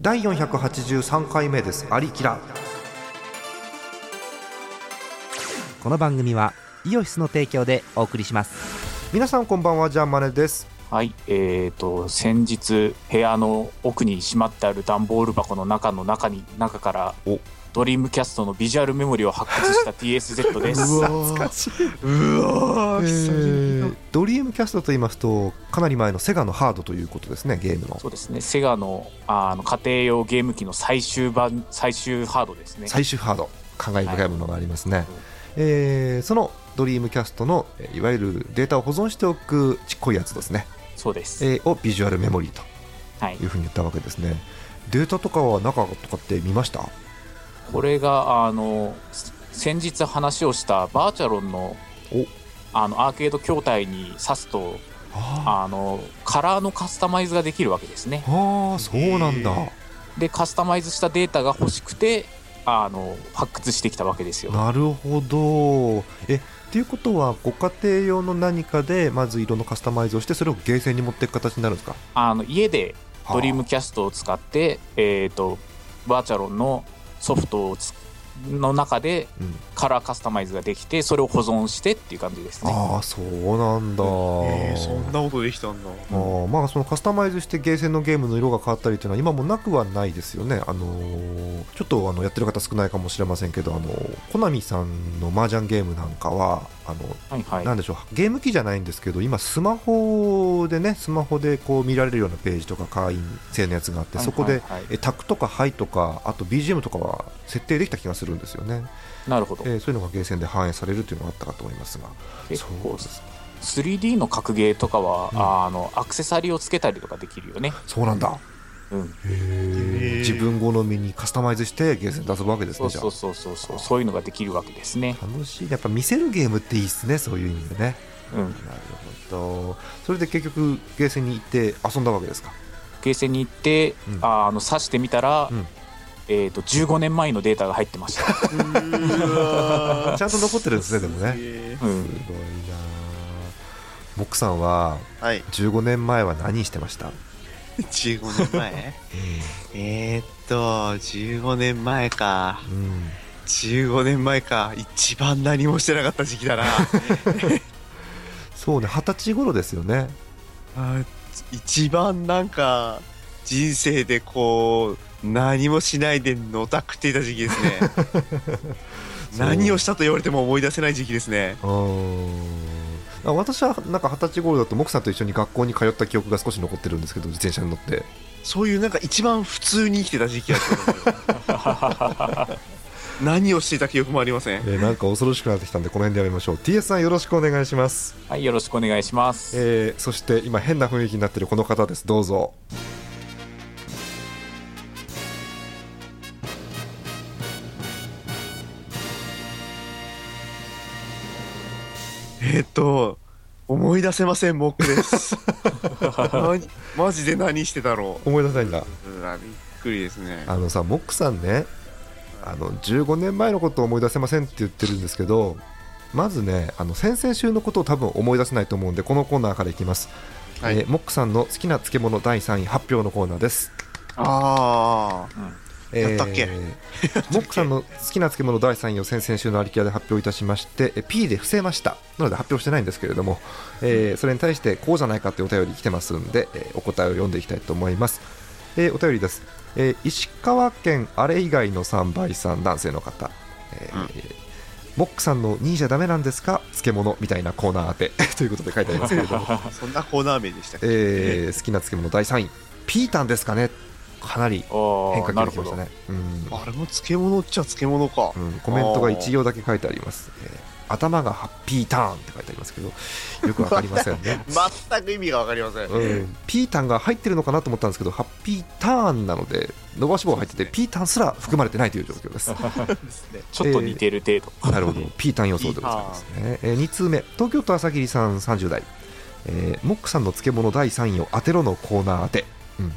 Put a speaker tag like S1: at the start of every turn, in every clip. S1: 第483回目です「アリキラ」
S2: この番組はイオシスの提供でお送りします
S1: 皆さんこんばんはジャンマネです
S3: はい、えー、と先日部屋の奥にしまってある段ボール箱の中の中に中から
S1: お
S3: ドリームキャストのビジュアルメモリを発掘した TSZ です。
S1: 懐かしいうわ
S4: ー久しぶりだ
S1: ドリームキャストと言いますとかなり前のセガのハードということですねゲームの
S3: そうですね、セガのああの家庭用ゲーム機の最終版最終ハードですね。
S1: 最終ハード感慨深いものがありますね、えーそのドリームキャストのえーいわゆるデータを保存しておくちっこいやつですね、
S3: そうです。
S1: えーをビジュアルメモリーと
S3: はい
S1: い。うふうに言ったわけですねデータとかは中とかって見ました
S3: これがあのす先日話をしたバーチャロンの
S1: お
S3: あのアーケード筐体に挿すと
S1: あ
S3: あのカラーのカスタマイズができるわけですね。
S1: あーそうなんだ、
S3: でカスタマイズしたデータが欲しくてあの発掘してきたわけですよ。
S1: なるほどえっていうことはご家庭用の何かでまず色のカスタマイズをしてそれをゲーセンに持っていく形になるんですか
S3: あの家で
S1: はあ
S3: ドリームキャストを使って、えー、とバーチャロンのソフトをつの中で
S1: うん
S3: カラーカスタマイズができてそれを保存してっていう感じですね。
S1: ああそうなんだ、
S4: えー、そんなことできたんだ。
S1: あーまあそのカスタマイズしてゲーセンのゲームの色が変わったりというのは今もなくはないですよね、あのーちょっとあのやってる方少ないかもしれませんけど、あのーコナミさんの麻雀ゲームなんかはあの、
S3: はいはい。
S1: なんでしょうゲーム機じゃないんですけど今スマホでねスマホでこう見られるようなページとか会員制のやつがあって
S3: はい
S1: そこで、
S3: はいはい
S1: えタクとかハイとかあと BGM とかは設定できた気がするんですよね、
S3: なるほど。
S1: えーそういうのがゲーセンで反映されるというのがあったかと思いますが
S3: 結
S1: そう
S3: 構 3D の格ゲーとかは、
S1: ん
S3: あのアクセサリーをつけたりとかできるよね。
S1: そうなんだ
S3: うん、
S4: へー
S1: 自分好みにカスタマイズしてゲーセンで遊ぶわけです
S3: そ
S1: ね
S3: う
S1: じゃ
S3: そうそうそうそうそういうのができるわけですね。
S1: あ楽しいやっぱ見せるゲームっていいですねそういう意味でね
S3: うん、
S1: なるほどそれで結局ゲーセンに行って遊んだわけですか
S3: ゲーセンに行って、
S1: うん
S3: ああの挿してみたら、
S1: うん
S3: えっ、と15年前のデータが入って ました。
S4: うーわ
S1: ちゃんと残ってるんですねでもね
S4: すげえ
S3: うん
S1: すごいなモックさんは
S4: はい、
S1: 15年前は何してました
S4: 15年前えーっと、15年前か。
S1: うん
S4: 15年前か。一番何もしてなかった時期だな。
S1: そうね二十歳頃ですよね。
S4: あ一番なんか、人生でこう、何もしないでのたくっていた時期です ね
S1: そう
S4: 何をしたと言われても思い出せない時期ですね。
S1: うーんあ私はなんか二十歳頃だとモックさんと一緒に学校に通った記憶が少し残ってるんですけど自転車に乗って
S4: そういうなんか一番普通に生きてた時期やったと思うよ 何をしていた記憶もありません。
S1: えーなんか恐ろしくなってきたんでこの辺でやめましょう TS さんよろしくお願いします、
S3: はい、よろしくお願いします。
S1: えーそして今変な雰囲気になってるこの方ですどうぞ
S4: えーっと、思い出せません、モック です。何マジで何してたろ
S1: 思い出せないんだ
S4: う。うわびっくりですね。
S1: あのさモックさんねあの15年前のことを思い出せませんって言ってるんですけどまずねあの先々週のことを多分思い出せないと思うんでこのコーナーからいきます、
S4: はい
S1: えーモックさんの好きな漬物第3位発表のコーナーです
S4: ああ、やったっけ
S1: えー モックさんの好きな漬物第3位を先々週のアリキアで発表いたしましてえ P で伏せましたなので発表してないんですけれども、えーそれに対してこうじゃないかってお便り来てますんで、えーお答えを読んでいきたいと思います、えーお便りです、えー石川県あれ以外の3倍さん男性の方、えー
S4: うん
S1: モックさんの2位じゃダメなんですか漬物みたいなコーナー当て ということで書いてありますけれ ども、
S4: そんなコーナー名でしたっけ
S1: えー好きな漬物第3位ピータンですかねかなり
S3: お
S1: 変化
S3: ー
S1: 球
S3: な
S1: が
S3: る
S1: 来ま
S3: ほ
S1: した
S3: ど。
S1: ねうん
S4: あれも漬物っちゃ漬物か。、
S1: うん、コメントが1行だけ書いてあります、えー頭がハッピーターンって書いてありますけどよ くわかりませんね
S4: 全く意味がわかりません。
S1: うん、ピータンが入ってるのかなと思ったんですけどハッピーターンなので伸ばし棒が入って
S4: そう
S1: て、
S4: ですね
S1: ピータンすら含まれてないという状況です
S4: ですね。
S3: ちょっと似てる程度。
S1: なるほどピータン予想でございますね、え2通目東京都朝霧さん30代、えーモックさんの漬物第3位を当てろのコーナー当て、うん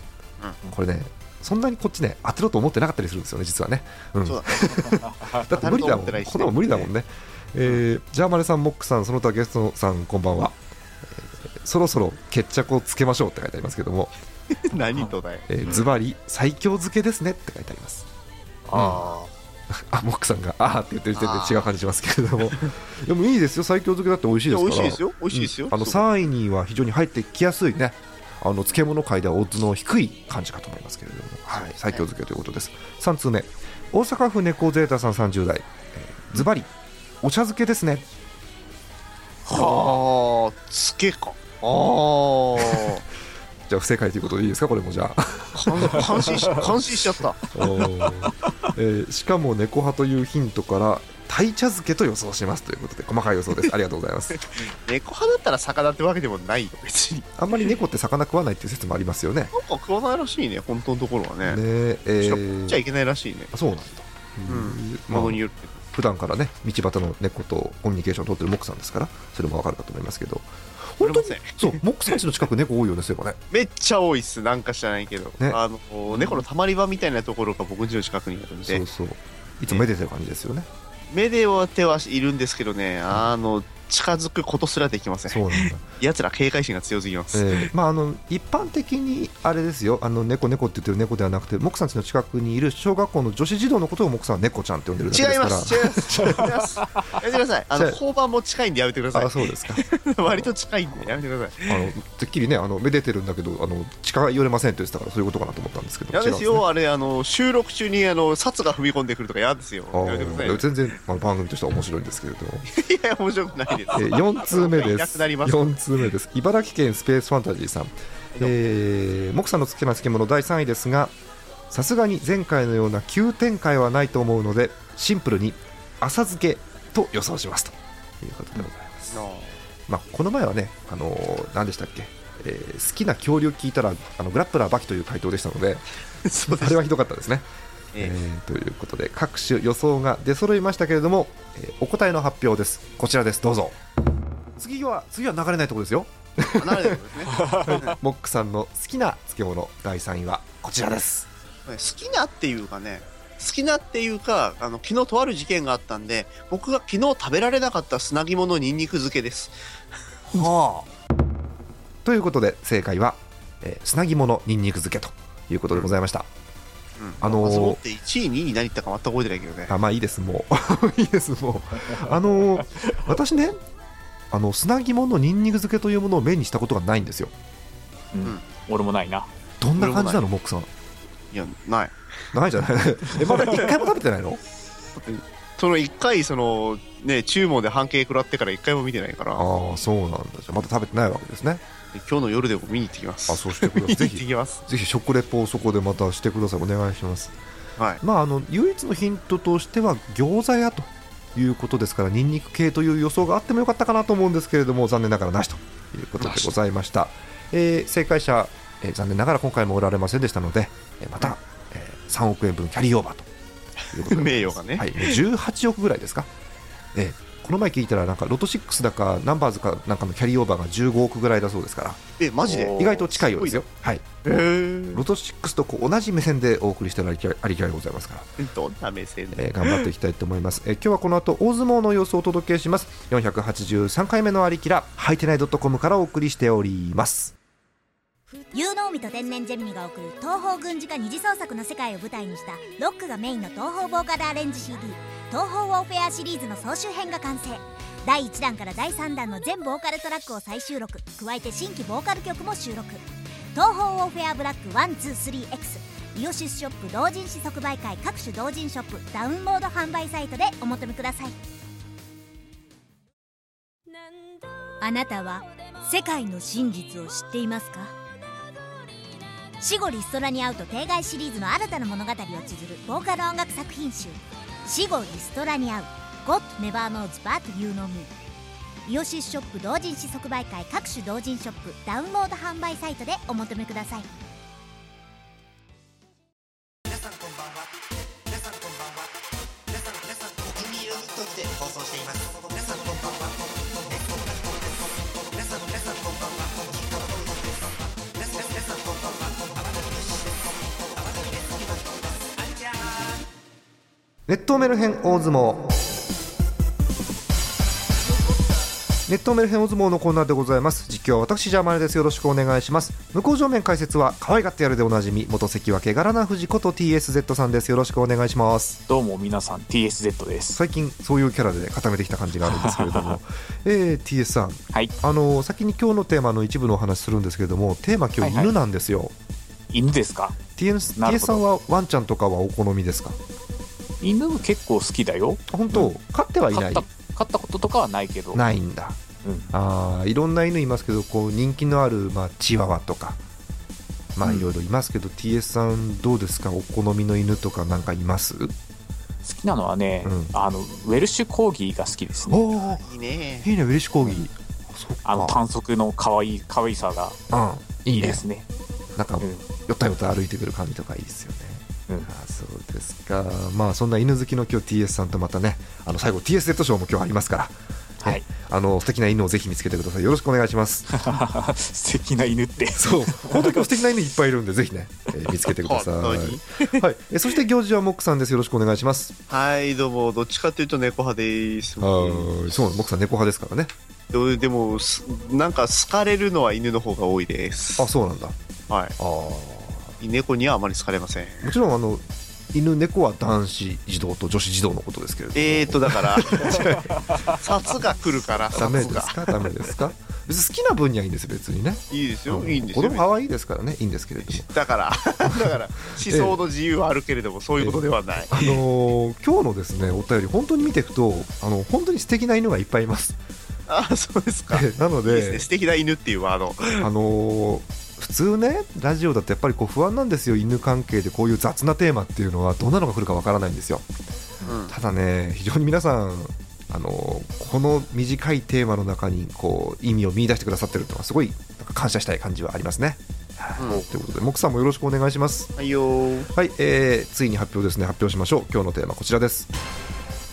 S1: これねそんなにこっちね当てろと思ってなかったりするんですよね実はね、うん、
S4: そうだね。
S1: だって無理だも
S4: 当たると思っ
S1: ん、
S4: てないしね
S1: こんなもん無理だもんね、えージャーマネさん、モックさん、その他ゲストさん、こんばんは、えーそろそろ決着をつけましょうって書いてありますけども、
S5: 何とだよ。
S1: えーズバリ最強漬けですねって書いてあります
S3: あ
S1: あモックさんが「あー」って言ってる時点で違う感じしますけれども でもいいですよ最強漬けだって美味しい
S5: い
S1: で
S5: や
S1: す
S5: 美
S1: から
S5: 味しいですよ。美味しいですよ。
S1: うんあの
S5: すごい
S1: 3位には非常に入ってきやすいねあの漬物界ではオッズの低い感じかと思いますけれども、はい、最強漬けということです3通目大阪府猫ゼータさん30代えーズバリお茶漬けですね
S5: はあ、つけか。ああ。
S1: じゃあ不正解ということでいいですかこれもじゃあ、
S5: 感感心し感心しちゃった。
S1: えーしかも猫派というヒントから鯛茶漬けと予想しますということで細かい予想ですありがとうございます
S5: 猫派だったら魚ってわけでもないよ、別に。
S1: あんまり猫って魚食わないっていう説もありますよね
S5: なんか食わないらしいね、本当のところはね。
S1: ねえ
S5: しかも食っ
S1: ー
S5: ちゃいけないらしいね。
S1: あそうなんだ、
S5: うん
S1: まあ
S5: ものによるけど
S1: 普段からね道端の猫とコミュニケーションを取ってるモックさんですからそれもわかるかと思いますけど本当に
S5: 俺もね
S1: そうモックさん家の近く猫多いよねそうい えばね
S5: めっちゃ多いっす、なんか知らないけど。
S1: ね
S5: あの、猫のたまり場みたいなところが僕ん家の近くにあるん
S1: そ
S5: で
S1: う、そういつもめでてる感じですよね
S5: 目で追ってはいるんですけどね、あの、近づくことすらできませ
S1: そ
S5: ん。
S1: う なんだ、
S5: 奴ら警戒心が強すぎま
S1: え
S5: す。
S1: ーまああの一般的にあれですよあの猫猫って言ってる猫ではなくてモックさん家の近くにいる小学校の女子児童のことをモックさんは猫ちゃんって呼んでるだけで
S5: 違い
S1: すか
S5: ま
S1: ら
S5: す、違います、違います。やめてください。あの、
S1: 違う
S5: 交番も近いんでやめてくださ
S1: あそうですか
S5: い。 割と近いんでやめてください。
S1: あのてっきりねあのめでてるんだけどあの近寄れませんって言ってたからそういうことかなと思ったんですけど
S5: 嫌です
S1: 違うん
S5: よ、あれ、あの、収録中に、あの、札が踏み込んでくるとか嫌ですよ。
S1: あ
S5: やめてくださいよ
S1: ー。全然あの番組としては面白いんですけれども
S5: いや、面白くないです。
S1: えー、4通目
S5: い
S1: で
S5: な
S1: す
S5: くなります
S1: 4通目です茨城県スペースファンタジーさん、えー、木さんのつけな漬物第3位ですがさすがに前回のような急展開はないと思うのでシンプルに浅漬けと予想しますということでございます、まあ、この前はね、あのー何でしたっけ、えー好きな恐竜聞いたらあのグラップラーバキという回答でしたので
S5: そうで
S1: あ
S5: す
S1: れはひどかったですね、え
S5: ええ
S1: ーということで各種予想が出揃いましたけれども、えーお答えの発表ですこちらですどうぞ次は次は流れないところですよ
S5: 離れてるんですね。
S1: モックさんの好きな漬物第3位はこちらです
S5: 好きなっていうかね、好きなっていうか、あの、昨日とある事件があったんで、僕が昨日食べられなかった砂肝のニンニク漬けです。
S2: は
S1: ということで正解は、えー砂肝のにんにく漬けということでございました、
S5: うん
S1: あのー
S5: まずもって1位、2位に何言ったか全く覚えてないけどね。
S1: あまあいいですもう いいですもうあのー私ねあの砂肝のにんにく漬けというものを目にしたことがないんですよ
S3: あ、うん 俺もないな。
S1: どんな感じなのモックさん
S5: いや、ない。
S1: ないじゃないえまだ一回も食べてないの
S5: その1回、その、ね、注文で半径食らってから1回も見てないから、
S1: ああそうなんだじゃあまだ食べてないわけですね
S5: 今日の夜でも見に行ってきます。
S1: あそうしてく
S5: 見
S1: だ
S5: に
S1: さい
S5: 行
S1: ぜ
S5: って
S1: ひ
S5: きます。
S1: ぜひ食レポをそこでまたしてくださいお願いします
S5: はい。
S1: まああの唯一のヒントとしては餃子屋ということですからニンニク系という予想があってもよかったかなと思うんですけれども残念ながらなしということでございました、えー正解者、えー残念ながら今回もおられませんでしたので、えーまた、えー3億円分キャリーオーバーということでございます
S5: 名誉がね
S1: はい、もう18億ぐらいですか、えーこの前聞いたらなんかロト6だかナンバーズかなんかのキャリーオーバーが15億ぐらいだそうですから
S5: え、マジで
S3: お
S1: 意外と近いようですよはい
S5: えー
S1: ロト6とこう同じ目線でお送りしてるありきありきゃでございますから
S5: どんな目線で
S1: えー頑張っていきたいと思います、えー今日はこの後大相撲の様子をお届けします483回目のありきらはいてない .com からお送りしております
S6: 有能美と天然ジェミニが送る東方軍事化二次創作の世界を舞台にしたロックがメインの東方ボーカルアレンジ CD「東方ウォーフェア」シリーズの総集編が完成第1弾から第3弾の全ボーカルトラックを再収録加えて新規ボーカル曲も収録「東方ウォーフェアブラック 123X」イオシスショップ同人誌即売会各種同人ショップダウンロード販売サイトでお求めくださいあなたは世界の真実を知っていますか死後リストラに会うと定外シリーズの新たな物語を綴るボーカル音楽作品集「死後リストラに会う God Never Knows But You Know Me」イオシスショップ同人誌即売会各種同人ショップダウンロード販売サイトでお求めください
S1: ネットメルヘン大相撲ネットメルヘン大相撲のコーナーでございます実況は私ジャーマネですよろしくお願いします向こう正面解説は可愛がってやるでおなじみ元関脇ガラナフジこと TSZ さんですよろしくお願いします
S3: どうも皆さん TSZ です
S1: 最近そういうキャラで固めてきた感じがあるんですけれども、 えー、TS さん
S3: はい
S1: あの先に今日のテーマの一部のお話するんですけれどもテーマ今
S3: はい
S1: 日
S3: はい
S1: 犬なんですよ、
S3: 犬ですか
S1: TS,
S3: な
S1: TS
S3: るほ
S1: さ
S3: ど
S1: んはワンちゃんとかはお好みですか
S3: 犬結構好きだよ
S1: あ本当、
S3: うん
S1: 飼ってはい
S3: 飼
S1: な
S3: っ
S1: い
S3: た飼ったこととかはないけど
S1: ないんだ、
S3: うん
S1: あーいろんな犬いますけどこう人気のある、まあ、チワワとかまあ
S3: うん
S1: いろいろいますけど、TS さんどうですかお好みの犬とかなんかいます
S3: 好きなのはね、
S1: うん
S3: あのウェルシュコーギーが好きですね
S1: おお
S4: いいね。
S1: いいねウェルシュコーギーそっ
S3: あの短足の可愛い可愛さが
S1: あうんい
S3: い
S1: い
S3: い
S1: ね
S3: ですね
S1: なんか
S3: うん
S1: よたよた歩いてくる感じとかいいですよね、
S3: うん
S1: あーそうですかまあそんな犬好きの今日 TS さんとまたねあの最後 TSZ 賞も今日ありますから
S3: はい
S1: あの素敵な犬をぜひ見つけてくださいよろしくお願いします
S3: 素敵な犬 って
S1: そう本当に今日素敵な犬いっぱいいるんでぜひね、えー見つけてください
S4: 本当に
S1: はい、えーそして行事はモックさんですよろしくお願いします
S4: はい、どうも、どっちかというと猫派です。
S1: あーそうモックさん猫派ですからね
S4: ででも、すなんか好かれるのは犬の方が多いです
S1: あ。そうなんだ
S4: は
S1: あー
S4: い。猫にはあまり好かれません。
S1: もちろんあの犬猫は男子児童と女子児童のことですけれども
S4: えーと、だから、 札が来るから、
S1: ダ
S4: 札
S1: メです
S4: が。
S1: かダメですか別に好きな分にはいいんですよ別にね
S4: いいですよ、
S1: うん
S4: いいんです
S1: 子
S4: よ。
S1: 供可愛いですからねいいんですけれども
S4: だから、 だから、思想の自由はあるけれども、そういうことではない。
S1: あのー今日のですねお便り本当に見ていくとあの本当に素敵な犬がいっぱいいます
S4: あ、そうですか。いい
S1: なの
S4: ですね、
S1: で
S4: 素敵な犬っていうワード。
S1: あのー普通ねラジオだとやっぱりこう不安なんですよ犬関係でこういう雑なテーマっていうのはどんなのが来るかわからないんですよ
S4: うん
S1: ただね非常に皆さんあのーこの短いテーマの中にこう意味を見出してくださってるってのはすごいなんか感謝したい感じはありますね、はい
S4: うん
S1: ということでモクさんもよろしくお願いします
S4: はいよー。
S1: はい、えーついに発表ですね発表しましょう今日のテーマこちらです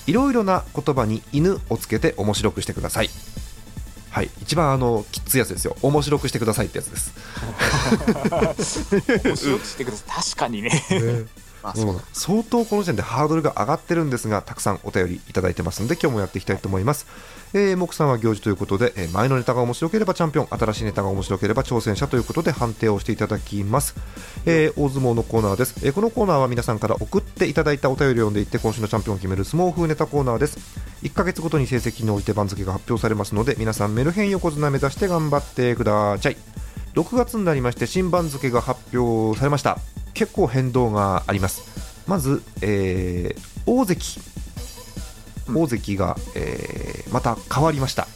S1: いろいろな言葉に犬をつけて面白くしてくださいはい一番あのきっついやつですよ面白くしてくださいってやつです、
S3: 面白くしてください確かにね
S4: まあ、
S1: う
S4: そうん
S1: 相当この時点でハードルが上がってるんですがたくさんお便りいただいてますので今日もやっていきたいと思います、えー、木さんは行事ということで、えー前のネタが面白ければチャンピオン新しいネタが面白ければ挑戦者ということで判定をしていただきます、えー大相撲のコーナーです、えーこのコーナーは皆さんから送っていただいたお便りを読んでいって今週のチャンピオンを決める相撲風ネタコーナーです1ヶ月ごとに成績に応じて番付が発表されますので皆さんメルヘン横綱目指して頑張ってください6月になりまして新番付が発表されました結構変動がありますまず、えー大関
S3: うん
S1: 大関が、えーまた変わりました、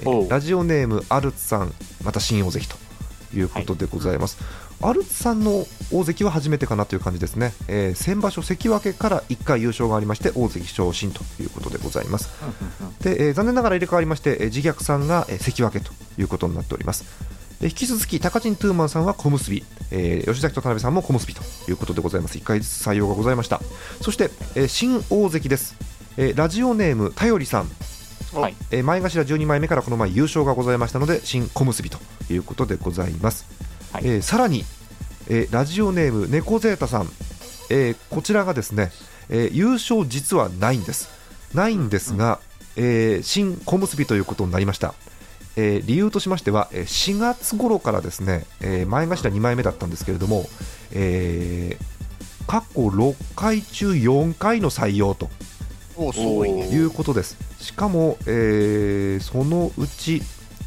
S1: えー
S3: おう
S1: ラジオネームアルツさんまた新大関ということでございます、アルツさんの大関は初めてかなという感じですね、えー先場所関脇から1回優勝がありまして大関昇進ということでございますで、えー残念ながら入れ替わりまして、えー自虐さんが、えー関脇ということになっておりますで引き続き高陣トゥーマンさんは小結び、えー吉崎と田辺さんも小結びということでございます1回ずつ採用がございましたそして、えー新大関です、えーラジオネーム頼りさん
S3: はい
S1: えー前頭12枚目からこの前優勝がございましたので新小結びということでございます、
S3: はい
S1: えーさらに、えーラジオネーム猫ゼータさん、えーこちらがですね、えー優勝実はないんですないんですが、えー新小結びということになりましたえー理由としましては、えー4月頃からですね、えー前頭2枚目だったんですけれども、えー過去6回中4回の採用と
S4: おーすごいね。
S1: いうことです。しかも、えーそのうち、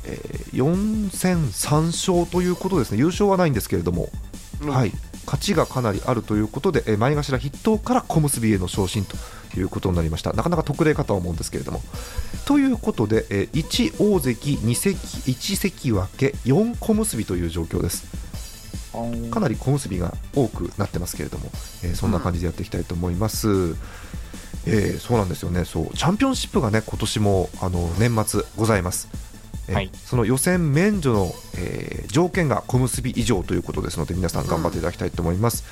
S1: えー4戦3勝ということですね、優勝はないんですけれども、
S4: うん
S1: はい、勝ちがかなりあるということで、えー前頭筆頭から小結びへの昇進ということになりました、なかなか特例かとは思うんですけれども。ということで、え1大関、2関、1関脇、4小結という状況です。かなり小結びが多くなってますけれども、えーそんな感じでやっていきたいと思います、えーそうなんですよねそうチャンピオンシップがね今年もあの年末ございます、えー
S3: はい
S1: その予選免除の、えー条件が小結び以上ということですので皆さん頑張っていただきたいと思います、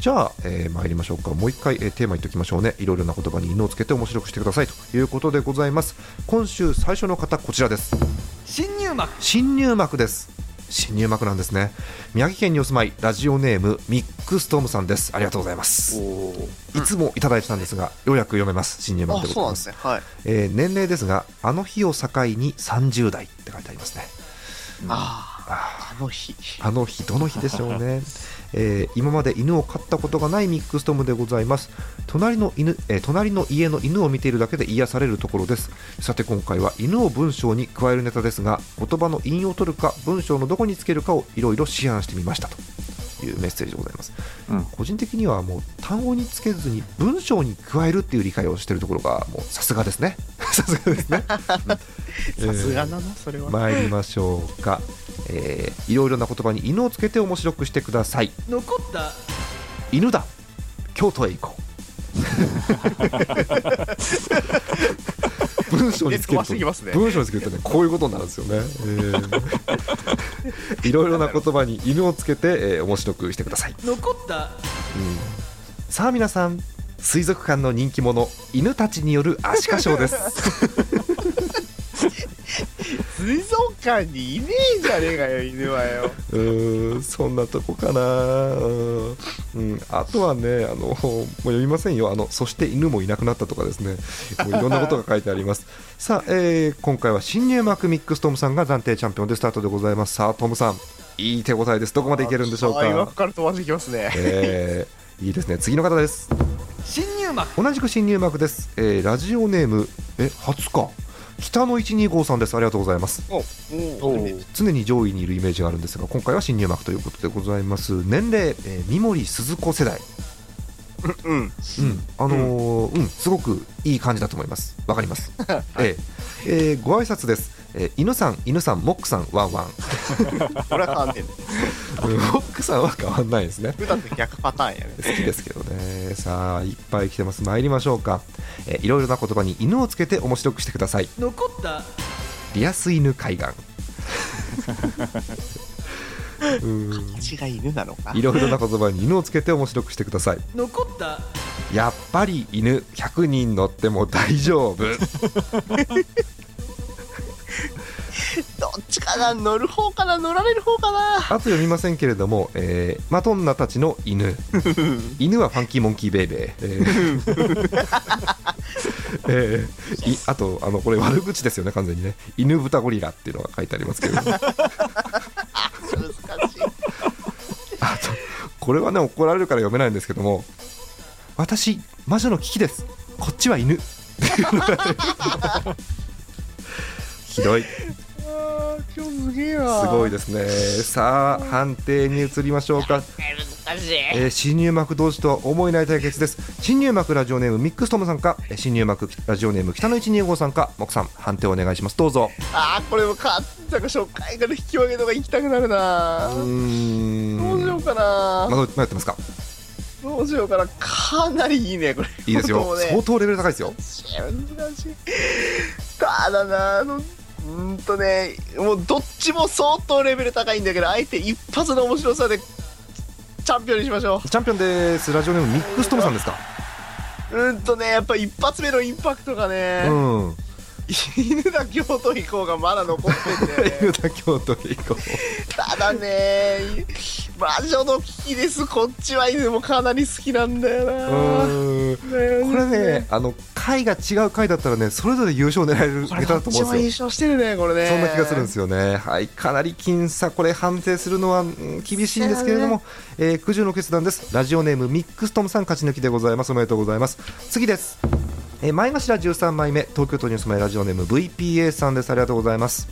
S1: じゃあ、えー参りましょうかもう一回、えーテーマいっておきましょうねいろいろな言葉に犬をつけて面白くしてくださいということでございます今週最初の方こちらです
S2: 新入幕
S1: 新入幕です新入幕なんですね宮城県にお住まいラジオネームミックストームさんですありがとうございます
S3: おー
S1: いつもいただいてたんですがようやく読めます新入幕
S4: あ
S1: でご
S4: そう
S1: ざい
S4: なん
S1: ま
S4: ですすねはい
S1: えー年齢ですがあの日を境に30代って書いてありますね
S4: あ
S1: あ
S4: ああの日
S1: ーあの日どの日でしょうね、 えー今まで犬を飼ったことがないミックストームでございます隣の犬、えー隣の家の犬を見ているだけで癒されるところですさて今回は犬を文章に加えるネタですが言葉の引用を取るか文章のどこにつけるかをいろいろ思案してみましたというメッセージでございます
S3: うん
S1: 個人的にはもう単語につけずに文章に加えるっていう理解をしているところがもうさすがですね さすがですね
S4: さすがだなそれは、
S1: 参りましょうか、えーいろいろな言葉に犬をつけて面白くしてください残った犬だ京都へ行こう文章につけ
S5: え
S1: る
S5: 飛ばし
S1: と、
S5: てきますね
S1: 文章につけるとねこういうことになるんですよね、えーいろいろな言葉に犬をつけて、えー面白くしてください残った、うんさあ皆さん水族館の人気者犬たちによるアシカショーです
S5: 水族館にいねえじゃねえかよ犬はよ
S1: うーんそんなとこかなうん、うん、あとはねあのもう読みませんよあのそして犬もいなくなったとかですねもういろんなことが書いてあります さあ、えー今回は新入幕ミックストムさんが暫定チャンピオンでスタートでございますさあトムさんいい手応えですど こまでいけるんでしょう
S5: あ今
S1: か、
S5: から飛ばしてきますね
S1: えーいいですね次の方です
S5: 新入幕
S1: 同じく新入幕です、えーラジオネームえ初か北の125さんですありがとうございます
S4: おお
S3: おー
S1: 常に上位にいるイメージがあるんですが今回は新入幕ということでございます年齢、えー三森鈴子世代
S4: うん
S1: うんあのーうんすごくいい感じだと思いますわかり ます、えええーご挨拶です、えー犬さん犬さんモックさんワ ンワン
S4: これは変わんね
S1: うんモックさんは変わんないですね
S4: えんだ歌と逆パターンやね
S1: 好きですけどねさあいっぱい来てます参りましょうか、えーいろいろな言葉に犬をつけて面白くしてください残ったリアス犬海 岸うん
S4: 形が犬なのか
S1: いろいろな言葉に犬をつけて面白くしてください残ったやっぱり犬100人乗っても大丈夫
S4: どっちかな乗る方かな乗られる方かな
S1: あと読みませんけれども、えーマトンナたちの犬犬はファンキーモンキーベイベー、えーえーいあとあのこれ悪口ですよね完全にね犬豚ゴリラっていうのが書いてありますけれども
S4: 難しい
S1: あとこれはね怒られるから読めないんですけども私魔女の危機ですこっちは 犬ひどい
S5: あー今日すげえわ
S1: すごいですね。さあ判定に移りましょうか。えー新入幕同士とは思えない対決です。新入幕ラジオネームミックストムさんか、えー新入幕ラジオネーム北の一二五さんか、モクさん判定お願いします。どうぞ。
S5: あーこれもかなんか初回から引き分けとか行きたくなるな
S1: うーん。
S5: どうしようか
S1: ま
S5: な
S1: だ迷ってますか。
S5: どうしようかなかなりいいねこれ
S1: いいです
S5: も
S1: よ。
S5: うね
S1: 相当レベル高いですよ。
S5: 難しいただなあのうーんとねもうどっちも相当レベル高いんだけどあえて一発の面白さでチャンピオンにしましょ
S1: チャンピオンです。ラジオネームミックストムさんですか。
S5: ううーんとねやっぱ一発目のインパクトがね、
S1: うん。
S5: 犬だ京都行こうがまだ残ってんだよね
S1: 犬田京都へ行こう。
S5: ただね魔女の危機ですこっちは犬もかなり好きなんだよ
S1: う
S5: な、
S1: ーん。
S5: だよ
S1: これね、あの回が違う回だったらね、それぞれ優勝狙えるネ
S5: これ
S1: タだ
S5: どっ
S1: と
S5: ち
S1: 思うん
S5: も
S1: ですよ
S5: 優。勝してるねこれね
S1: そんな気がするんですよね、はい、かなり僅差、これ、判定するのはうん厳しいんですけれども、えー苦渋の決断です、ラジオネーム、ミックストムさん、勝ち抜きでございます、おめでとうございます、次です、えー前頭13枚目、東京都にお住まい、ラジオネーム、VPA さんです、ありがとうございます、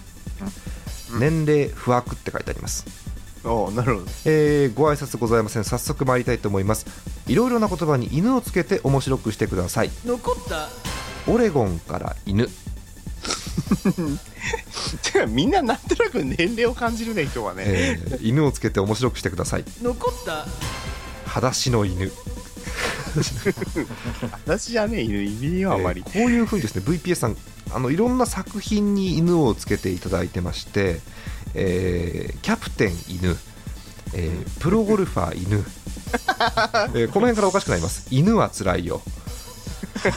S1: 年齢不悪って書いてあります。
S4: おなるほど
S1: えーご挨拶ございません早速参りたいと思いますいろいろな言葉に犬をつけて面白くしてください残ったオレゴンから犬
S4: てかみんななんとなく年齢を感じるね今日はね、
S1: えー犬をつけて面白くしてください残った裸足の犬
S4: 私じゃねえ犬犬にはあまり、
S1: えーこういうふうにですね VPS さんあのいろんな作品に犬をつけていただいてまして、えーキャプテン犬、えープロゴルファー 犬、えーこの辺からおかしくなります犬はつらいよ、え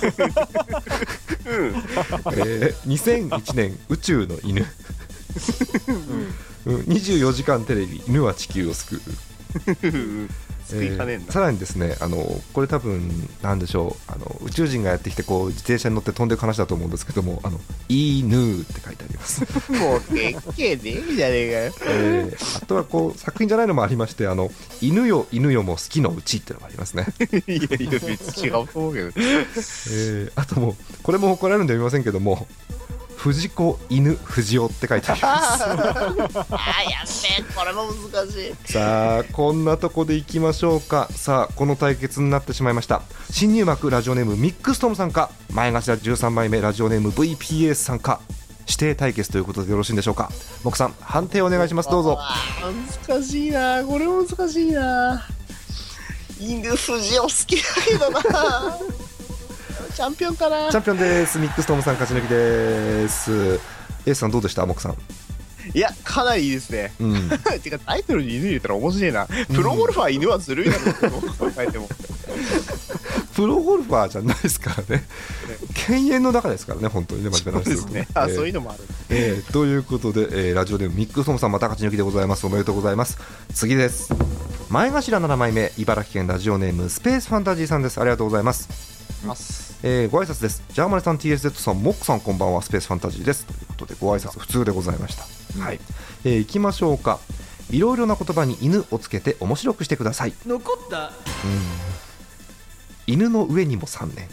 S1: ー2001年宇宙の犬うん24時間テレビ犬は地球を救う
S5: 救いかねえん
S1: ー
S5: だ、
S1: さらにですねあのこれ多分なんでしょうあの宇宙人がやってきてこう自転車に乗って飛んでいく話だと思うんですけども「あのイーヌー」って書いてあります、
S5: もうでっけえねえじゃね えかよ
S1: えーあとはこう作品じゃないのもありまして「あの犬よ犬よも好きのうち」ってのもありますね、え
S5: いやいや別に違うと思うけど
S1: ーあともうこれも怒られるんで読みませんけども 「藤子犬藤尾」って書いてあります
S5: あやっべえこれも難しい
S1: さあこんなとこでいきましょうかさあこの対決になってしまいました新入幕ラジオネームミックストムさんか前頭13枚目ラジオネーム VPS さんか指定対決ということでよろしいんでしょうか木さん判定お願いしますどうぞ
S5: あー難しいなこれも難しいな犬藤を好きだけどなチャンピオンかな
S1: チャンピオンですミックストムさん勝ち抜きですエースさんどうでした木さん
S5: いやかなりいいですね
S1: うん
S5: てかタイトルに犬入れたら面白いなプロゴルファー犬はずるいなって思う考えても
S1: プロゴルファーじゃないですから ね犬猿の中ですからね本当にね真面目な話
S5: ですす
S1: ると
S5: ねあ
S1: えー
S5: そういうのもある
S1: えーということで、えーラジオでもミックストムさんまた勝ち抜きでございますおめでとうございます次です前頭7枚目茨城県ラジオネームスペースファンタジーさんですありがとうございます、
S5: ます
S1: えーご挨拶ですジャーマネさん TSZ さんモックさんこんばんはスペースファンタジーですということでご挨拶普通でございました、はい、えー、いきましょうかいろいろな言葉に犬をつけて面白くしてください残ったうん犬の上にも3年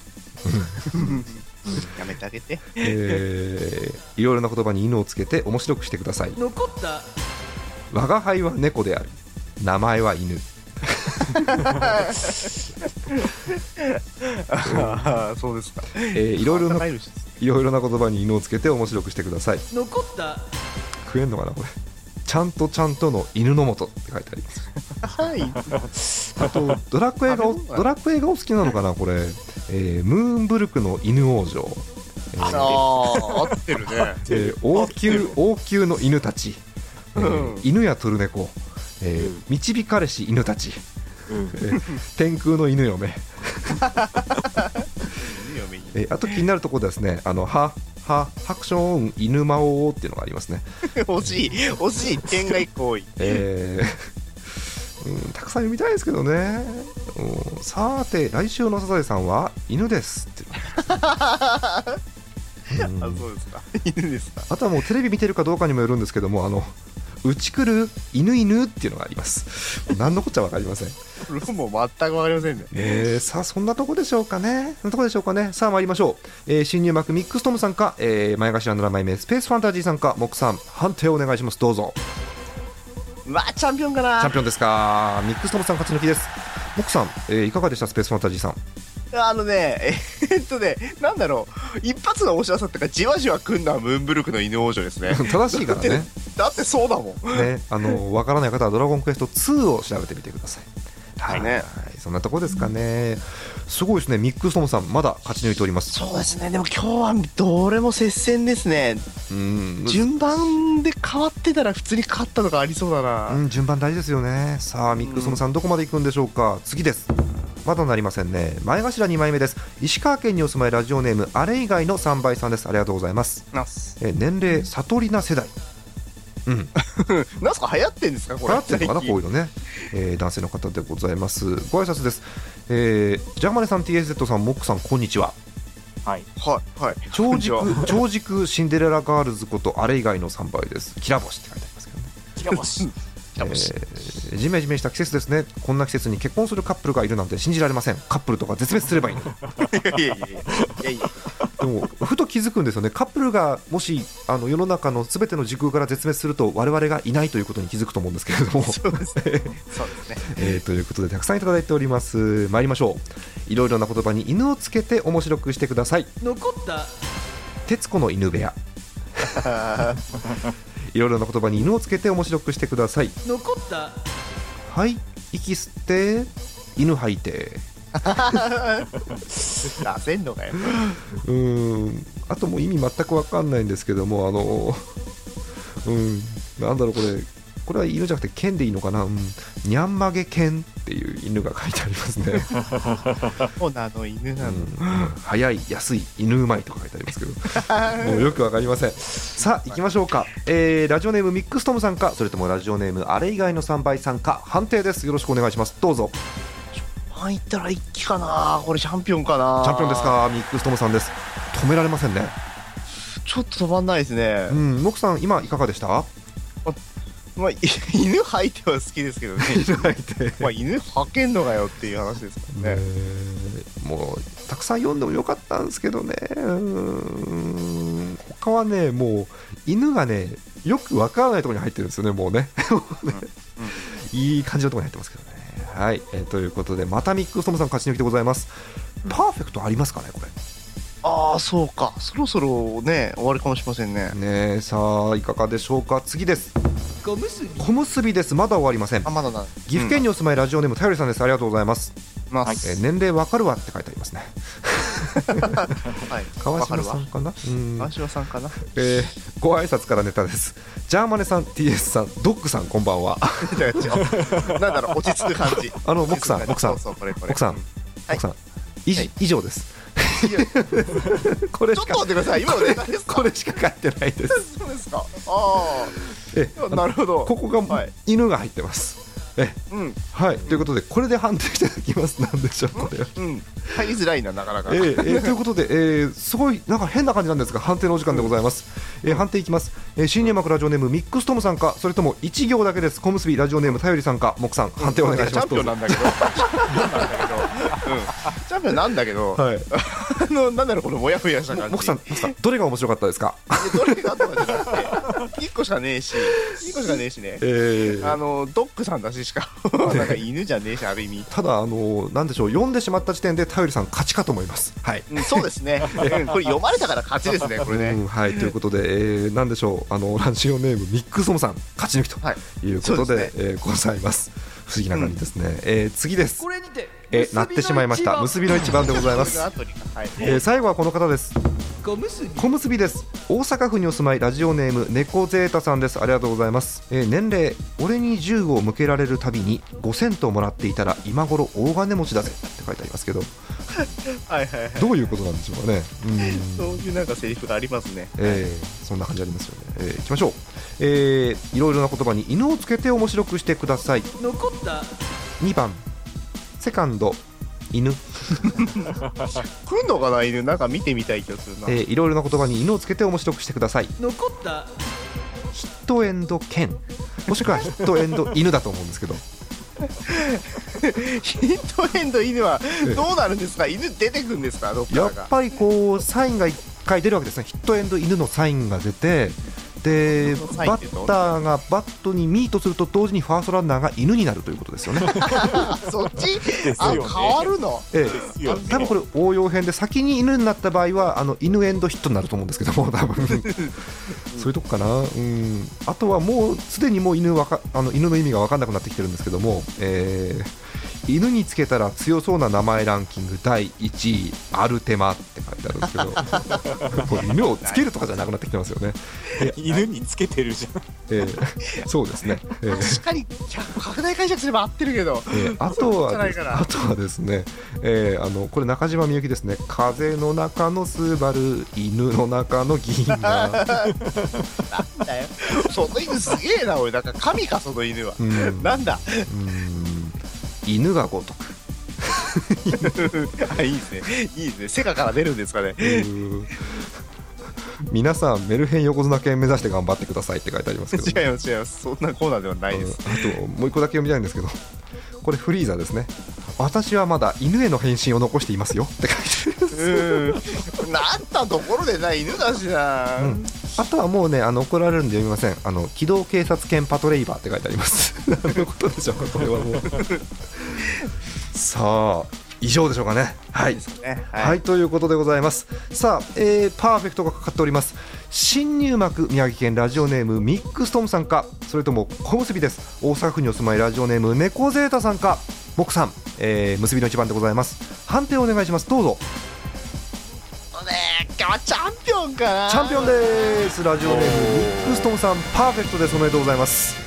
S5: やめてあげて
S1: えーいろいろな言葉に犬をつけて面白くしてください残った我が輩は猫である名前は犬
S5: ああそうですか
S1: えー いろいろな
S5: 考え
S1: い
S5: る人です
S1: ろいろな言葉に犬をつけて面白くしてください残った食えんのかなこれちゃんとちゃんとの犬のもとって書いてあります
S5: はい
S1: あとドラクエがお
S5: 食べ物だ
S1: ドラクエがお好きなのかなこれ、えームーンブルクの犬王女、えー
S5: あー合ってるね
S1: えー王宮王宮の犬たち、えー
S5: うん
S1: 犬やトルネコ、えー導かれし犬たち、
S3: うん
S1: えー天空の犬嫁、
S5: いいよみんな
S1: えーあと気になるところですねあのははハクション犬魔王っていうのがありますね、
S5: 惜しい惜しい点が一個多い
S1: えーうん、たくさん読みたいですけどね、うん、さて来週のサザエさんは犬ですっていうのが、
S5: あ
S1: うん
S5: そうですか犬ですか
S1: あとはもうテレビ見てるかどうかにもよるんですけどもあのうち来る犬犬っていうのがあります何のこっちゃ分かりません、
S5: これもう全くわかりませんね
S1: えーさあそんなとこでしょうかねそんなとこでしょうかねさあ参りましょう、えー新入幕ミックストムさんか、えー前頭7枚目スペースファンタジーさんか木さん判定をお願いしますどうぞ
S5: まあチャンピオンかな
S1: チャンピオンですかミックストムさん勝ち抜きです木さん、えーいかがでしたスペースファンタジー さん。
S5: あのね、えっとね、なんだろう、一発の面白さっていうか、じわじわ組んだムーンブルクの犬王女ですね
S1: 正しいからね
S5: だってそうだもん。
S1: ねあの分からない方は「ドラゴンクエスト2」を調べてみてくださいはい、
S5: ね
S1: そんなとこですかねすごいですねミックストムさんまだ勝ち抜いております
S5: そうですね、でも今日はどれも接戦ですね。
S1: うん
S5: 順番で変わってたら普通に勝ったとかありそうだな。
S1: うん順番大事ですよねさあミックストムさんどこまで行くんでしょうか次ですまだなりませんね前頭2枚目です石川県にお住まいラジオネームあれ以外の3倍さんですありがとうございます
S5: なんす
S1: え年齢悟りな世代うん
S5: なんすか流行ってんですかこれ
S1: 流行ってるのかなこういうのね、えー男性の方でございますご挨拶です、えージャーマネさん TSZ さんモックさんこんにちは
S3: はい。
S5: はいはい
S1: 長
S5: じゃあ
S1: 軸長軸シンデレラガールズことあれ以外の3倍ですきら星って書いてありますけどね
S3: キラボシ。
S5: やっぱし
S1: えージメジメした季節ですねこんな季節に結婚するカップルがいるなんて信じられませんカップルとか絶滅すればいいの に
S5: いやいやいやいやいや
S1: でもふと気づくんですよねカップルがもしあの世の中の全ての時空から絶滅すると我々がいないということに気づくと思うんですけれども
S5: そうです ねそうですね
S1: えーということでたくさんいただいております参りましょういろいろな言葉に犬をつけて面白くしてください残った徹子の犬 部屋いろいろな言葉に犬をつけて面白くしてください残ったはい息吸って犬吐いて
S5: 出せんのかよ
S1: うーんあとも う意味全く分かんないんですけどもあのうーんなんだろうこれこれは犬じゃなくて剣でいいのかな、うん、にゃんまげ剣っていう犬が書いてありますね、
S5: そうなの犬
S1: う
S5: なの、
S1: ん、早い安い犬うまいとか書いてありますけどもうよくわかりません。さあ、行きましょうか、えーラジオネームミックストムさんか、それともラジオネームあれ以外の3倍さんか、判定です。よろしくお願いします。どうぞ。
S5: あんいったら一気かなこれチャンピオンかな
S1: チャンピオンですか、ミックストムさんです。止められませんね。
S5: ちょっと止まんないですね
S1: う、ん、もくさん、今いかがでした。
S5: まあい 犬履いては好きですけどねまあ犬履けんのかよっていう話ですからね、
S1: もうたくさん読んでもよかったんですけどね。うーん他はね、もう犬がね、よくわからないところに入ってるんですよね、 もうね。いい感じのところに入ってますけどね。はい、えーということで、またミックストムさん勝ち抜きでございます。パーフェクトありますかね、これ。
S5: ああそうかそろそろね終わりかもしれませんね
S1: ねえさあいかがでしょうか次です
S7: 小結び
S1: 小結びですまだ終わりません
S5: あまだな
S1: 岐阜県にお住まいラジオネームたよりさんですありがとうございます、
S5: ま
S3: はい
S1: えー年齢わかるわって書いてありますね
S5: はい
S1: 川
S5: わか
S1: 島
S5: る
S1: さ
S5: わ
S1: んかなうん
S5: 川島さんかな
S1: えーご挨拶からネタですジャーマネさん TS さんドッグさんこんばんは
S5: 違う違うなんだろう落ち着く感じ
S1: あの僕さん僕さん
S5: そうそうこれこれ
S1: 奥さん
S5: う
S1: 奥さん以
S5: はい
S1: 以上です
S5: いや
S1: これ
S5: ちょ
S1: し
S5: っと
S1: か
S5: 待ってください今のネタですか
S1: これしか書いてないです
S5: そうですかあ
S1: え
S5: あなるほど
S1: ここが、
S5: はい
S1: 犬が入ってます
S5: うん
S1: はいということでこれで判定していただきますなんでしょうこれは
S5: うん入りづらいななかなか
S1: えーえーということで、えーすごいなんか変な感じなんですが判定のお時間でございます、えー判定いきます、えー、新入幕ラジオネームミックストムさんかそれとも一行だけです小結びラジオネーム頼りさんか木さん判定お願いし
S5: チ
S1: ま
S5: ャ
S1: す、
S5: ン
S1: ど
S5: ピオ
S1: う
S5: ン
S1: ぞ
S5: なんだけどチャンピオンなんだけどうんチャンピオンなんだけど
S1: はい、
S5: あのなんだろうこのモヤモヤした感じ
S1: 木さん、
S5: い
S1: 木さん、どれが面白かったですか。
S5: やどれがあったかじゃなくて1個しかねえし1個しかねえしね
S1: えー
S5: あのドッグさんだししかなんか犬じゃねえしある意味
S1: ただ、あのーなんでしょう、読んでしまった時点で、頼りさん勝ちかと思います。はい。
S5: うんそうですね、うんこれ読まれたから勝ちですねこれ
S1: う
S5: ね
S1: ん、はい、ということで、えー、なんでしょう、あのラジオネームミックストムさん、勝ち抜きと
S5: はい
S1: いうことで、
S5: そうで
S1: えーございます。不思議な感じですね。えー次です
S7: こ。れにて
S1: えー、なってしまいました。結びの一番でございます。
S5: これが後にはい
S1: えー最後はこの方です
S7: 小結び
S1: 小結びです大阪府にお住まいラジオネーム猫ゼータさんですありがとうございます、えー年齢俺に銃を向けられるたびに5セントもらっていたら今頃大金持ちだぜって書いてありますけど
S5: はいはいはい
S1: どういうことなんでしょうかねう
S5: そ
S1: ん
S5: ういうなんかセリフがありますね
S1: えーそんな感じありますよね、えー行きましょう、えーいろいろな言葉に犬をつけて面白くしてください
S7: 残った
S1: 2番セカンド犬、
S5: 来んのかな犬なんか見てみたい気がするな
S1: えーいろいろな言葉に犬をつけて面白くしてください
S7: 残った
S1: ヒットエンド犬もしくはヒットエンド犬だと思うんですけど
S5: ヒットエンド犬はどうなるんですか犬出てくんですかどっか
S1: や
S5: ら
S1: っ
S5: が
S1: ぱりこうサインが1回出るわけですね、ヒットエンド犬のサインが出て、で
S5: 犬のサイン
S1: バ
S5: ってど
S1: ッ
S5: う
S1: ターがバットにミートすると同時にファーストランナーが犬になるということですよね。
S5: そっち
S3: です
S5: あ
S3: よ
S5: 変
S3: ね
S5: わるの
S1: え
S3: す
S1: え、あ
S3: よね
S1: 多分これ、応用編で先に犬になった場合はあの犬エンドヒットになると思うんですけども、多 分そういうとこかな、うん、あとはもうすでにもう犬わかあの犬の意味が分かんなくなってきてるんですけども、えー犬につけたら強そうな名前ランキング第1位、アルテマって書いてあるんですけど、こう犬をつけるとかじゃなくなってきてますよね、
S3: 犬につけてるじゃん
S1: えーそうですね。えー
S5: 確かに客拡大解釈すれば合ってるけど
S1: えーあと
S5: そ
S1: は
S5: うじゃない
S1: です
S5: かな
S1: あとはですね、えーあのこれ中島みゆきですね「風の中のスバル犬の中の銀 河
S5: だよ その犬すげえな俺なんか神かその犬は」
S1: うん
S5: なんだ
S1: うん犬が如く
S5: あいいですねいいですねセカから出るんですかね
S1: うん 皆さんメルヘン横綱犬目指して頑張ってくださいって書いてありますけど、
S5: 違います違いますそんなコーナーではないです
S1: うんあともう一個だけ読みたいんですけどこれフリーザですね私はまだ犬への返信を残していますよって書いてある
S5: うんなったところでな犬だしな、
S1: うんあとはもうねあの怒られるんで読みませんあの機動警察犬パトレイバーって書いてあります 何のことでしょうかこれはもうさあ以上でしょうかねはい
S5: ね
S1: はい、ということでございますさあ、えーパーフェクトがかかっております新入幕宮城県ラジオネームミックストムさんかそれとも小結びです大阪府にお住まいラジオネーム猫ゼータさんか僕さん、えー結びの一番でございます判定お願いしますどうぞ
S5: ねえ今日はチャンピオンかな
S1: チャンピオンですラジオネームミックストムさんパーフェクトですおめでとうございます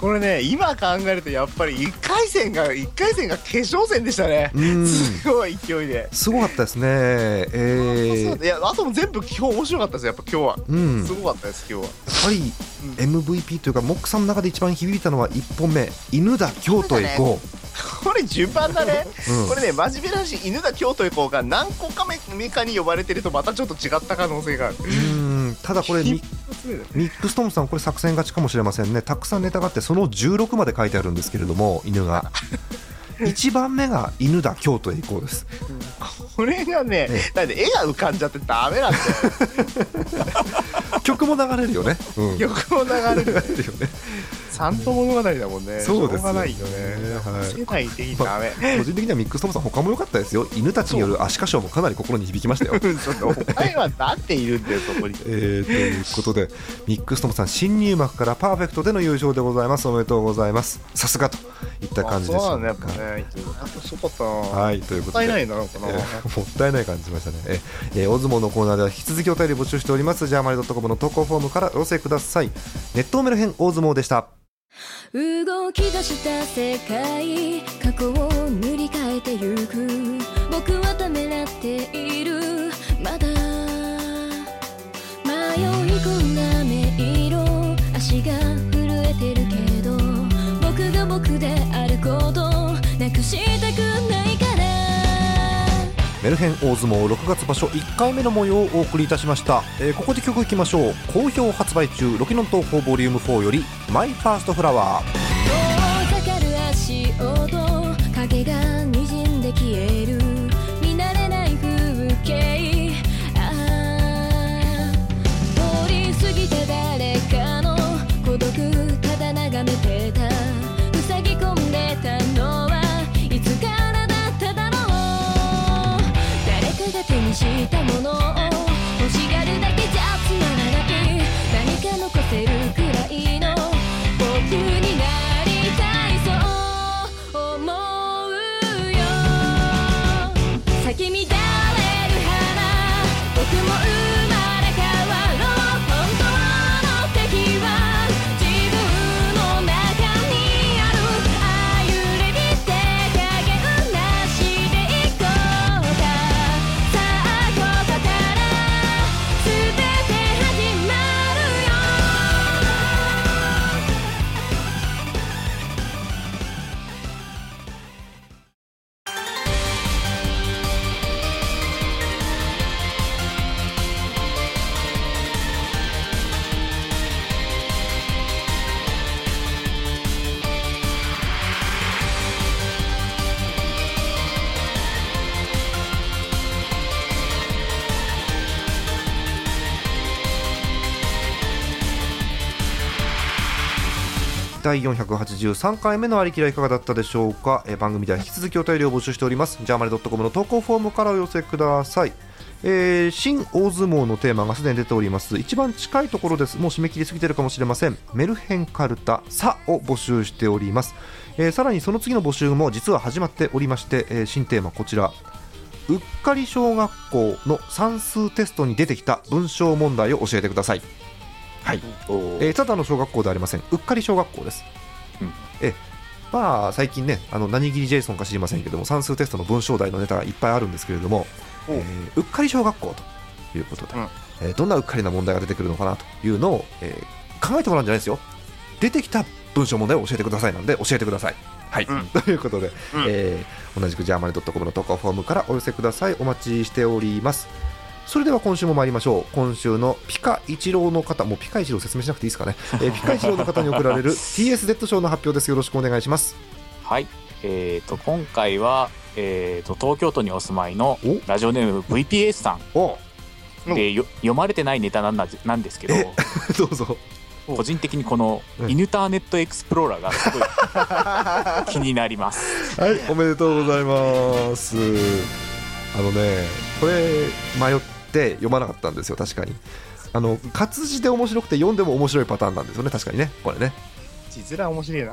S5: これね今考えるとやっぱり1回戦が1回戦が決勝戦でしたね
S1: うん
S5: すごい勢いで、
S1: すごかったですね。
S5: そう
S1: え
S5: だ
S1: ー
S5: ねいやあとも全部基本面白かったですやっぱ今日は、
S1: うん、
S5: す
S1: やっ
S5: ごかったです今日は
S1: ぱり MVP というか、モックさんの中で一番響いたのは1本目、犬だ、京都へ行こ
S5: これ順番だね、
S1: う、うん
S5: これね真面目だし犬田京都へこうが何個か目かに呼ばれてるとまたちょっと違った可能性がある
S1: うんただこれミ、ミックストームさん、これ作戦勝ちかもしれませんね、たくさんネタがあって、その16まで書いてあるんですけれども、犬 が。1番目が犬だ、京都へ行こうです。
S5: これがね
S1: え
S5: なんで絵が浮かんじゃってダメなんだよ
S1: 曲も流れるよね。 うん、流
S5: 曲も流れる
S1: れるよね。
S5: 三島物語だもんね
S1: そうですよね
S5: しょうがないよね
S1: はい
S5: 世界的にダメ、
S1: 個人的にはミックストームさん、他も良かったですよ、犬たちによる足箇所もかなり心に響きましたよ。
S5: うんちょっとお前はなっているんだよそこに
S1: えーということで、ミックストムさん、新入幕からパーフェクトでの優勝でございます、おめでとうございます、さすがといった感じで
S5: あ
S1: す
S5: そうなんだやっぱねやっぱそうかったなもっ
S1: はい、ということ
S5: た
S1: で。
S5: いないなのかな、
S1: えーもったいない感じしましたね。えーえー、オズモのコーナーでは引き続きお便り募集しております。じゃあ、マリドットコムの投稿フォームからお寄せください。ネットメル編大相撲でした。
S8: 動き出した世界過去を塗り替えてゆく僕はためらっているまだ迷い込んだ迷色足が震えてるけど僕が僕であることなくしたくないから
S1: メルヘン大相撲6月場所1回目の模様をお送りいたしました、えーここで曲いきましょう好評発売中ロキノン投稿ボリューム4より「マイファーストフラワー
S8: 遠ざかる足音影が滲んで消える見慣れない風景ああ通り過ぎた誰かの孤独ただ眺めてた塞ぎ込んでたのはいつからだっただろう誰かが手にしたものを欲しがるだけじゃつまらない何か残せるくらいの僕になりたいそう思うよ先に乱れる花僕も生まれ変わろう本当の敵は自分の中にあるあゆれに手加減なしでいこうかさあここから全て始まるよ
S1: 第483回目のありきらいかがだったでしょうか、えー番組では引き続きお便りを募集しておりますジャーマネドットコムの投稿フォームからお寄せくださいえー新大相撲のテーマがすでに出ております一番近いところですもう締め切りすぎてるかもしれませんメルヘンカルタ「さ」を募集しております、えーさらにその次の募集も実は始まっておりまして、えー新テーマこちらうっかり小学校の算数テストに出てきた文章問題を教えてくださいえーただの小学校ではありませんうっかり小学校です、
S3: うん
S1: えまあ最近ねあの何切りジェイソンか知りませんけども算数テストの文章題のネタがいっぱいあるんですけれども、え
S5: おう
S1: ーうっかり小学校ということで、
S5: うん
S1: えーどんなうっかりな問題が出てくるのかなというのを、えー考えてもらうんじゃないですよ出てきた文章問題を教えてくださいなんで教えてくださいはい、ということで、えー同じくジャーマネドットコムの投稿フォームからお寄せくださいお待ちしておりますそれでは今週も参りましょう今週のピカイチローの方もうピカイチロー説明しなくていいですかね、 えーピカイチローの方に送られる TSZ 賞の発表ですよろしくお願いします
S3: はい。えっ、と、今回は、えっ、と、東京都にお住まいの
S1: お
S3: ラジオネーム VPS さ
S1: お
S3: んで、よ読まれてないネタなんななんですけど、
S1: どうぞ
S3: 個人的にこの
S1: うん
S3: イヌターネットエクスプローラーがすごい気になり ます。
S1: はいおめでとうございますあのねこれ迷って読まなかったんですよ確かにあの活字で面白くて読んでも面白いパターンなんですよね確かにねこれね
S5: 字面面白いな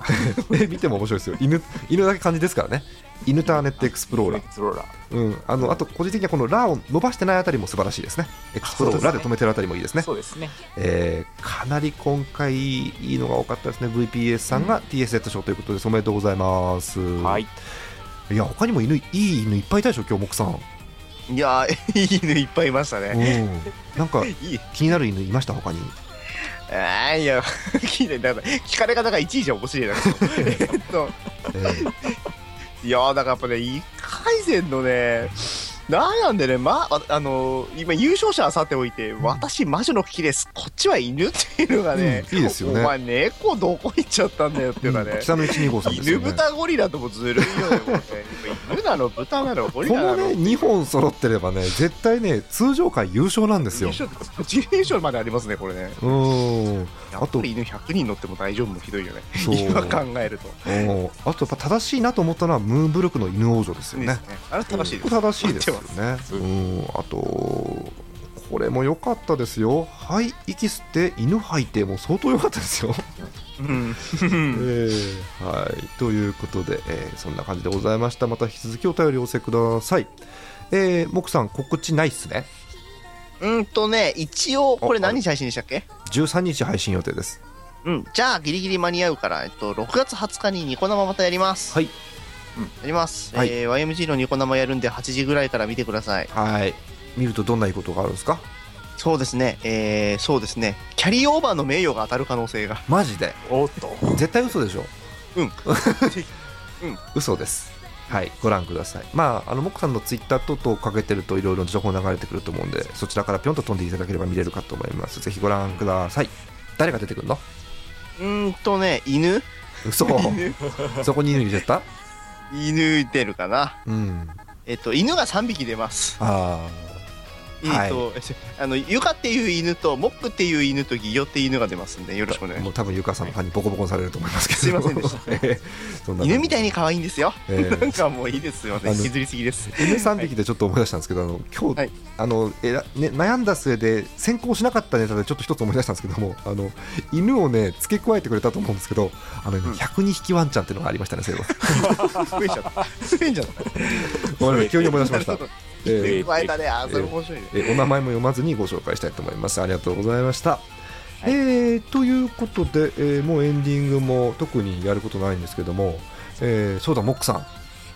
S1: え見ても面白いですよ犬犬だけ漢字ですからね犬ターネットエクスプローラー
S3: エクスプローラー
S1: うん、あのあと個人的にはこの「ラ」を伸ばしてないあたりも素晴らしいですね。エクスプローラで止めてるあたりもいいですね。
S3: そうですね
S1: えーかなり今回いいのが多かったですね。VPS さんが TSZ 賞ということです。おめでとうございます。
S3: はい
S1: いや、他にも犬、いい犬いっぱいいたでしょ、今日、木さん。
S5: いやーいい犬いっぱいいました
S1: う
S5: ね
S1: ん、なんか
S5: いい
S1: 気になる犬いました、他に。
S5: あーいや聞いてだから聞かれ方がいちいち面白いな えっと
S1: えー
S5: いやーだからやっぱね一回戦のねなんなんでね、ま、ああのー今優勝者はさておいて、私魔女の木ですこっちは犬っていうのがね、
S1: うんいいですよね
S5: お前猫どこ行っちゃったんだよっていうのはね、
S1: 北の125さんです
S5: 犬
S1: よね。
S5: 豚ゴリラともずるいよねもうね犬なの豚なのゴリ
S1: こ
S5: ラな
S1: の
S5: の
S1: ね、2本揃ってればね、絶対ね、通常回優勝なんですよ。
S5: 10連勝までありますねこれね
S1: うん、
S5: や
S1: あ
S5: っぱ
S1: と
S5: り犬100人乗っても大丈夫もひどいよね
S1: そう
S5: 今考えると
S1: おーあとやっぱ正しいなと思ったのはムーンブルクの犬王女ですよ
S5: いいで
S1: ね
S5: す。ねあれ正しいで
S1: こ
S5: す
S1: れ正しいですよね。
S3: す
S1: うん、あと、これも良かったですよ。はい、息吸って、犬吐いても相当良かったですよ。
S5: うん
S1: えーはい、ということで、えーそんな感じでございました。また引き続きお便りお寄せください。えー、もくさん、告知ないっすね。
S5: うんとね一応これ
S1: あある
S5: 何日配信でしたっけ
S1: 13日配信予定です。
S5: うんじゃあギリギリ間に合うからえっと6月20日にニコ生またやります
S1: はい
S3: うん
S5: やります、
S1: はい
S5: えー YMG のニコ生やるんで8時ぐらいから見てください
S1: はい。見るとどんないいことがあるんですか
S5: そうですねえー、そうですねキャリーオーバーの名誉が当たる可能性が
S1: マジで。
S3: おっと
S1: 絶対嘘でしょ
S5: うんうん
S1: 嘘ですはいご覧くださいまああのモックさんのツイッター等々をかけてるといろいろ情報流れてくると思うんでそちらからぴょんと飛んでいただければ見れるかと思いますぜひご覧ください誰が出てくるの
S5: うーんとね犬
S1: 嘘そこに犬入れちゃった
S5: 犬出るかな
S1: うん
S5: えっと犬が3匹出ます
S1: あ
S5: えっと、あのユカっていう犬とモップっていう犬とギヨっていう犬が出ますんでよろしくお願い
S1: あ
S5: しま
S1: もう多分ゆかさんのファンにボコボコにされると思いますけど
S5: すいませんでした
S1: そんな
S5: す犬みたいに可愛いんですよ、
S1: えー
S5: なんかもういいですよね
S1: あ
S5: 引
S1: の
S5: きずりすぎです
S1: 犬3匹でちょっと思い出したんですけど、あの今日、
S5: はい
S1: あのえらね、悩んだ末で先行しなかったネタでちょっと一つ思い出したんですけどもあの犬をね付け加えてくれたと思うんですけどあの、ね
S5: うん
S1: 102匹ワンちゃんっていうのがありましたねそういえば
S5: 増えちゃった増えちゃった
S1: ごめんなさい急に思い出しました
S5: なるほ、ど
S1: えー
S5: 加えたねあーそれ面白いね、
S1: えーお名前も読まずにご紹介したいと思いますありがとうございました、えーということで、えーもうエンディングも特にやることないんですけども、えーそうだモックさん、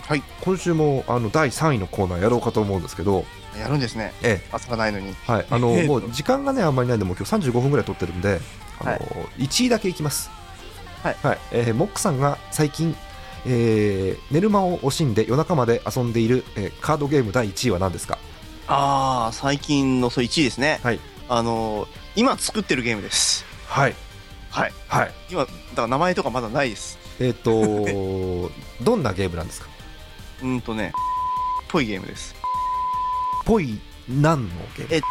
S5: はい、
S1: 今週もあの第3位のコーナーやろうかと思うんですけど、
S5: やるんですね
S1: えー
S5: 朝がないのに
S1: はい、あの、
S5: えー
S1: もう時間がね、あんまりないんで、もう今日35分ぐらい取ってるんで。あの、
S5: はい
S1: 1位だけいきます。
S5: はい
S1: えーモックさんが最近。えー寝る間を惜しんで夜中まで遊んでいる、えーカードゲーム第1位は何ですか
S5: ああ最近のそう1位ですね
S1: はい
S5: あのー今作ってるゲームです
S1: はい
S5: はい
S1: はい
S5: 今だから名前とかまだないです
S1: えっ、 とどんなゲームなんですか
S5: うーんとねっぽいゲームです
S1: ぽい何のゲーム
S5: えっ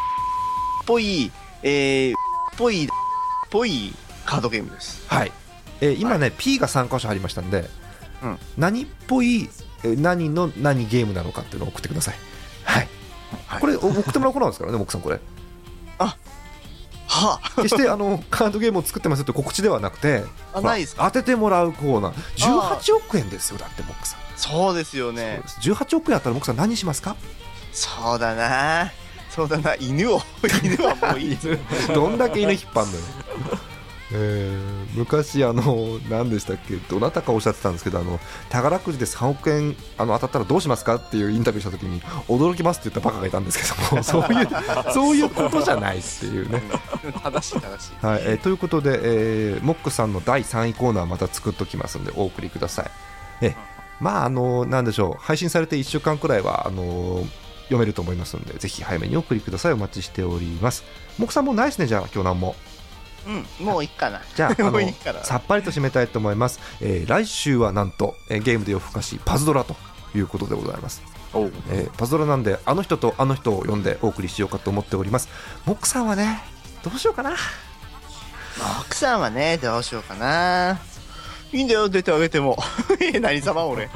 S5: ぽい、えー、っぽい、っぽいカードゲームです。
S1: はい、えー今ね、P が3箇所ありましたんで、
S5: うん
S1: 何っぽいえー何の何ゲームなのかっていうのを送ってくださいはい、
S5: はい
S1: これお送ってもらうことなんですからねモックさんこれ
S5: はあ、
S1: 決してあのカードゲームを作ってますって告知ではなくて
S5: あ
S1: ほら
S5: ないです
S1: 当ててもらうコーナー
S5: あー
S1: 18億円ですよだってモックさん、
S5: そうですよね。
S1: そうです18億円あったらモックさん何します か
S5: そうだな。そうだな、犬を、犬はもういい。
S1: どんだ け犬引っ張んのよ えー昔あの何でしたっけどなたかおっしゃってたんですけどあの宝くじで3億円あの当たったらどうしますかっていうインタビューした時に驚きますって言ったバカがいたんです けどもそういうそういうことじゃないっていうね
S5: うん正しい正しい。
S1: はい、えーということで、えーモックさんの第3位コーナーまた作っときますんでお送りください。えーまああのーなんでしょう配信されて1週間くらいはあのー読めると思いますのでぜひ早めにお送りくださいお待ちしております。モックさんもうないですねじゃあ今日なんも。
S5: うん、もういいかな。
S1: じゃ ああ
S5: も
S1: の
S5: ういいから
S1: さっぱりと締めたいと思います。えー来週はなんと、えーゲームで夜更かしパズドラということでございます。
S3: おう
S1: えーパズドラなんであの人とあの人を呼んでお送りしようかと思っております。モックさんはねどうしようかな。
S5: 奥さんはね、どうしようかな。いいんだよ、出てあげても。 え何様 俺。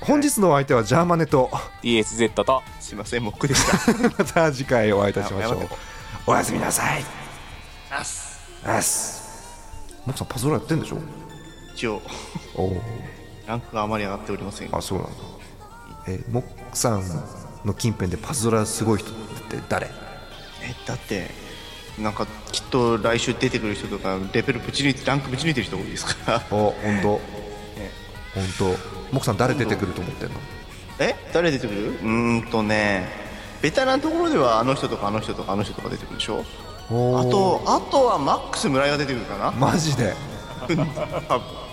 S1: 本日のお相手はジャーマネと
S3: DSZ と
S5: すいません、モックでした。
S1: また次回お会いいたしましょ
S5: あやめ
S1: う
S5: て
S1: おやすみなさい
S5: あっす
S1: あっすマキさんパズドラやってんでしょ
S5: 一応
S1: おお
S5: ランクがあまり上がっておりませんが
S1: あそうなんだえーモックさんの近辺でパズドラすごい人って誰
S5: えだってなんかきっと来週出てくる人とかレベルぶち抜いてランクぶち抜いてる人多いですから
S1: お本当本当モックさん誰出てくると思ってんの
S5: え誰出てくるうーんとねベタなところではあの人とかあの人とかあの人とか出てくるでしょ
S1: お
S5: あ
S1: ー
S5: とあとはマックス村井が出てくるかな
S1: マジで
S5: 多分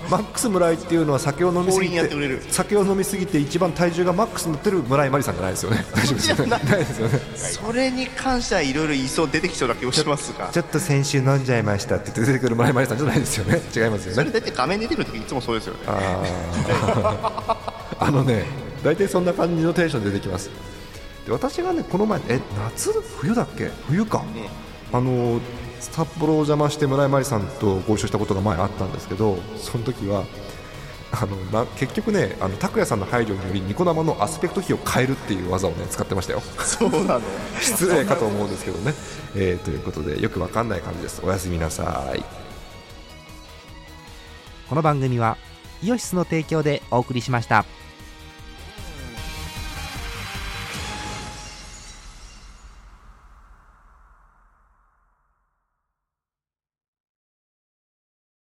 S1: マックス村井っていうのは酒を飲みすぎ
S5: 降臨やってくれ
S1: て
S5: る
S1: 酒を飲みすぎて一番体重がマックスになってる村井真理さんじゃないですよね大丈夫ですよねないですよね
S5: それに関してはいろいろいそう出てきそうな気もしますが
S1: ちょっと先週飲んじゃいましたって出てくる村井真理さんじゃないですよね違いますよ
S5: それ
S1: ね
S5: だって画面出てくるときいつもそうですよね
S1: あーあのね大体そんな感じのテンションで出てきますで私がねこの前え夏冬だっけ冬か、あのー札幌を邪魔して村井真理さんとご一緒したことが前あったんですけどその時はあのな結局ねあの拓哉さんの配慮によりニコ生のアスペクト比を変えるっていう技をね使ってま したよ
S5: そうなの
S1: 失礼かと思うんですけどね、えーということでよくわかんない感じですおやすみなさい
S2: この番組はイオシスの提供でお送りしました。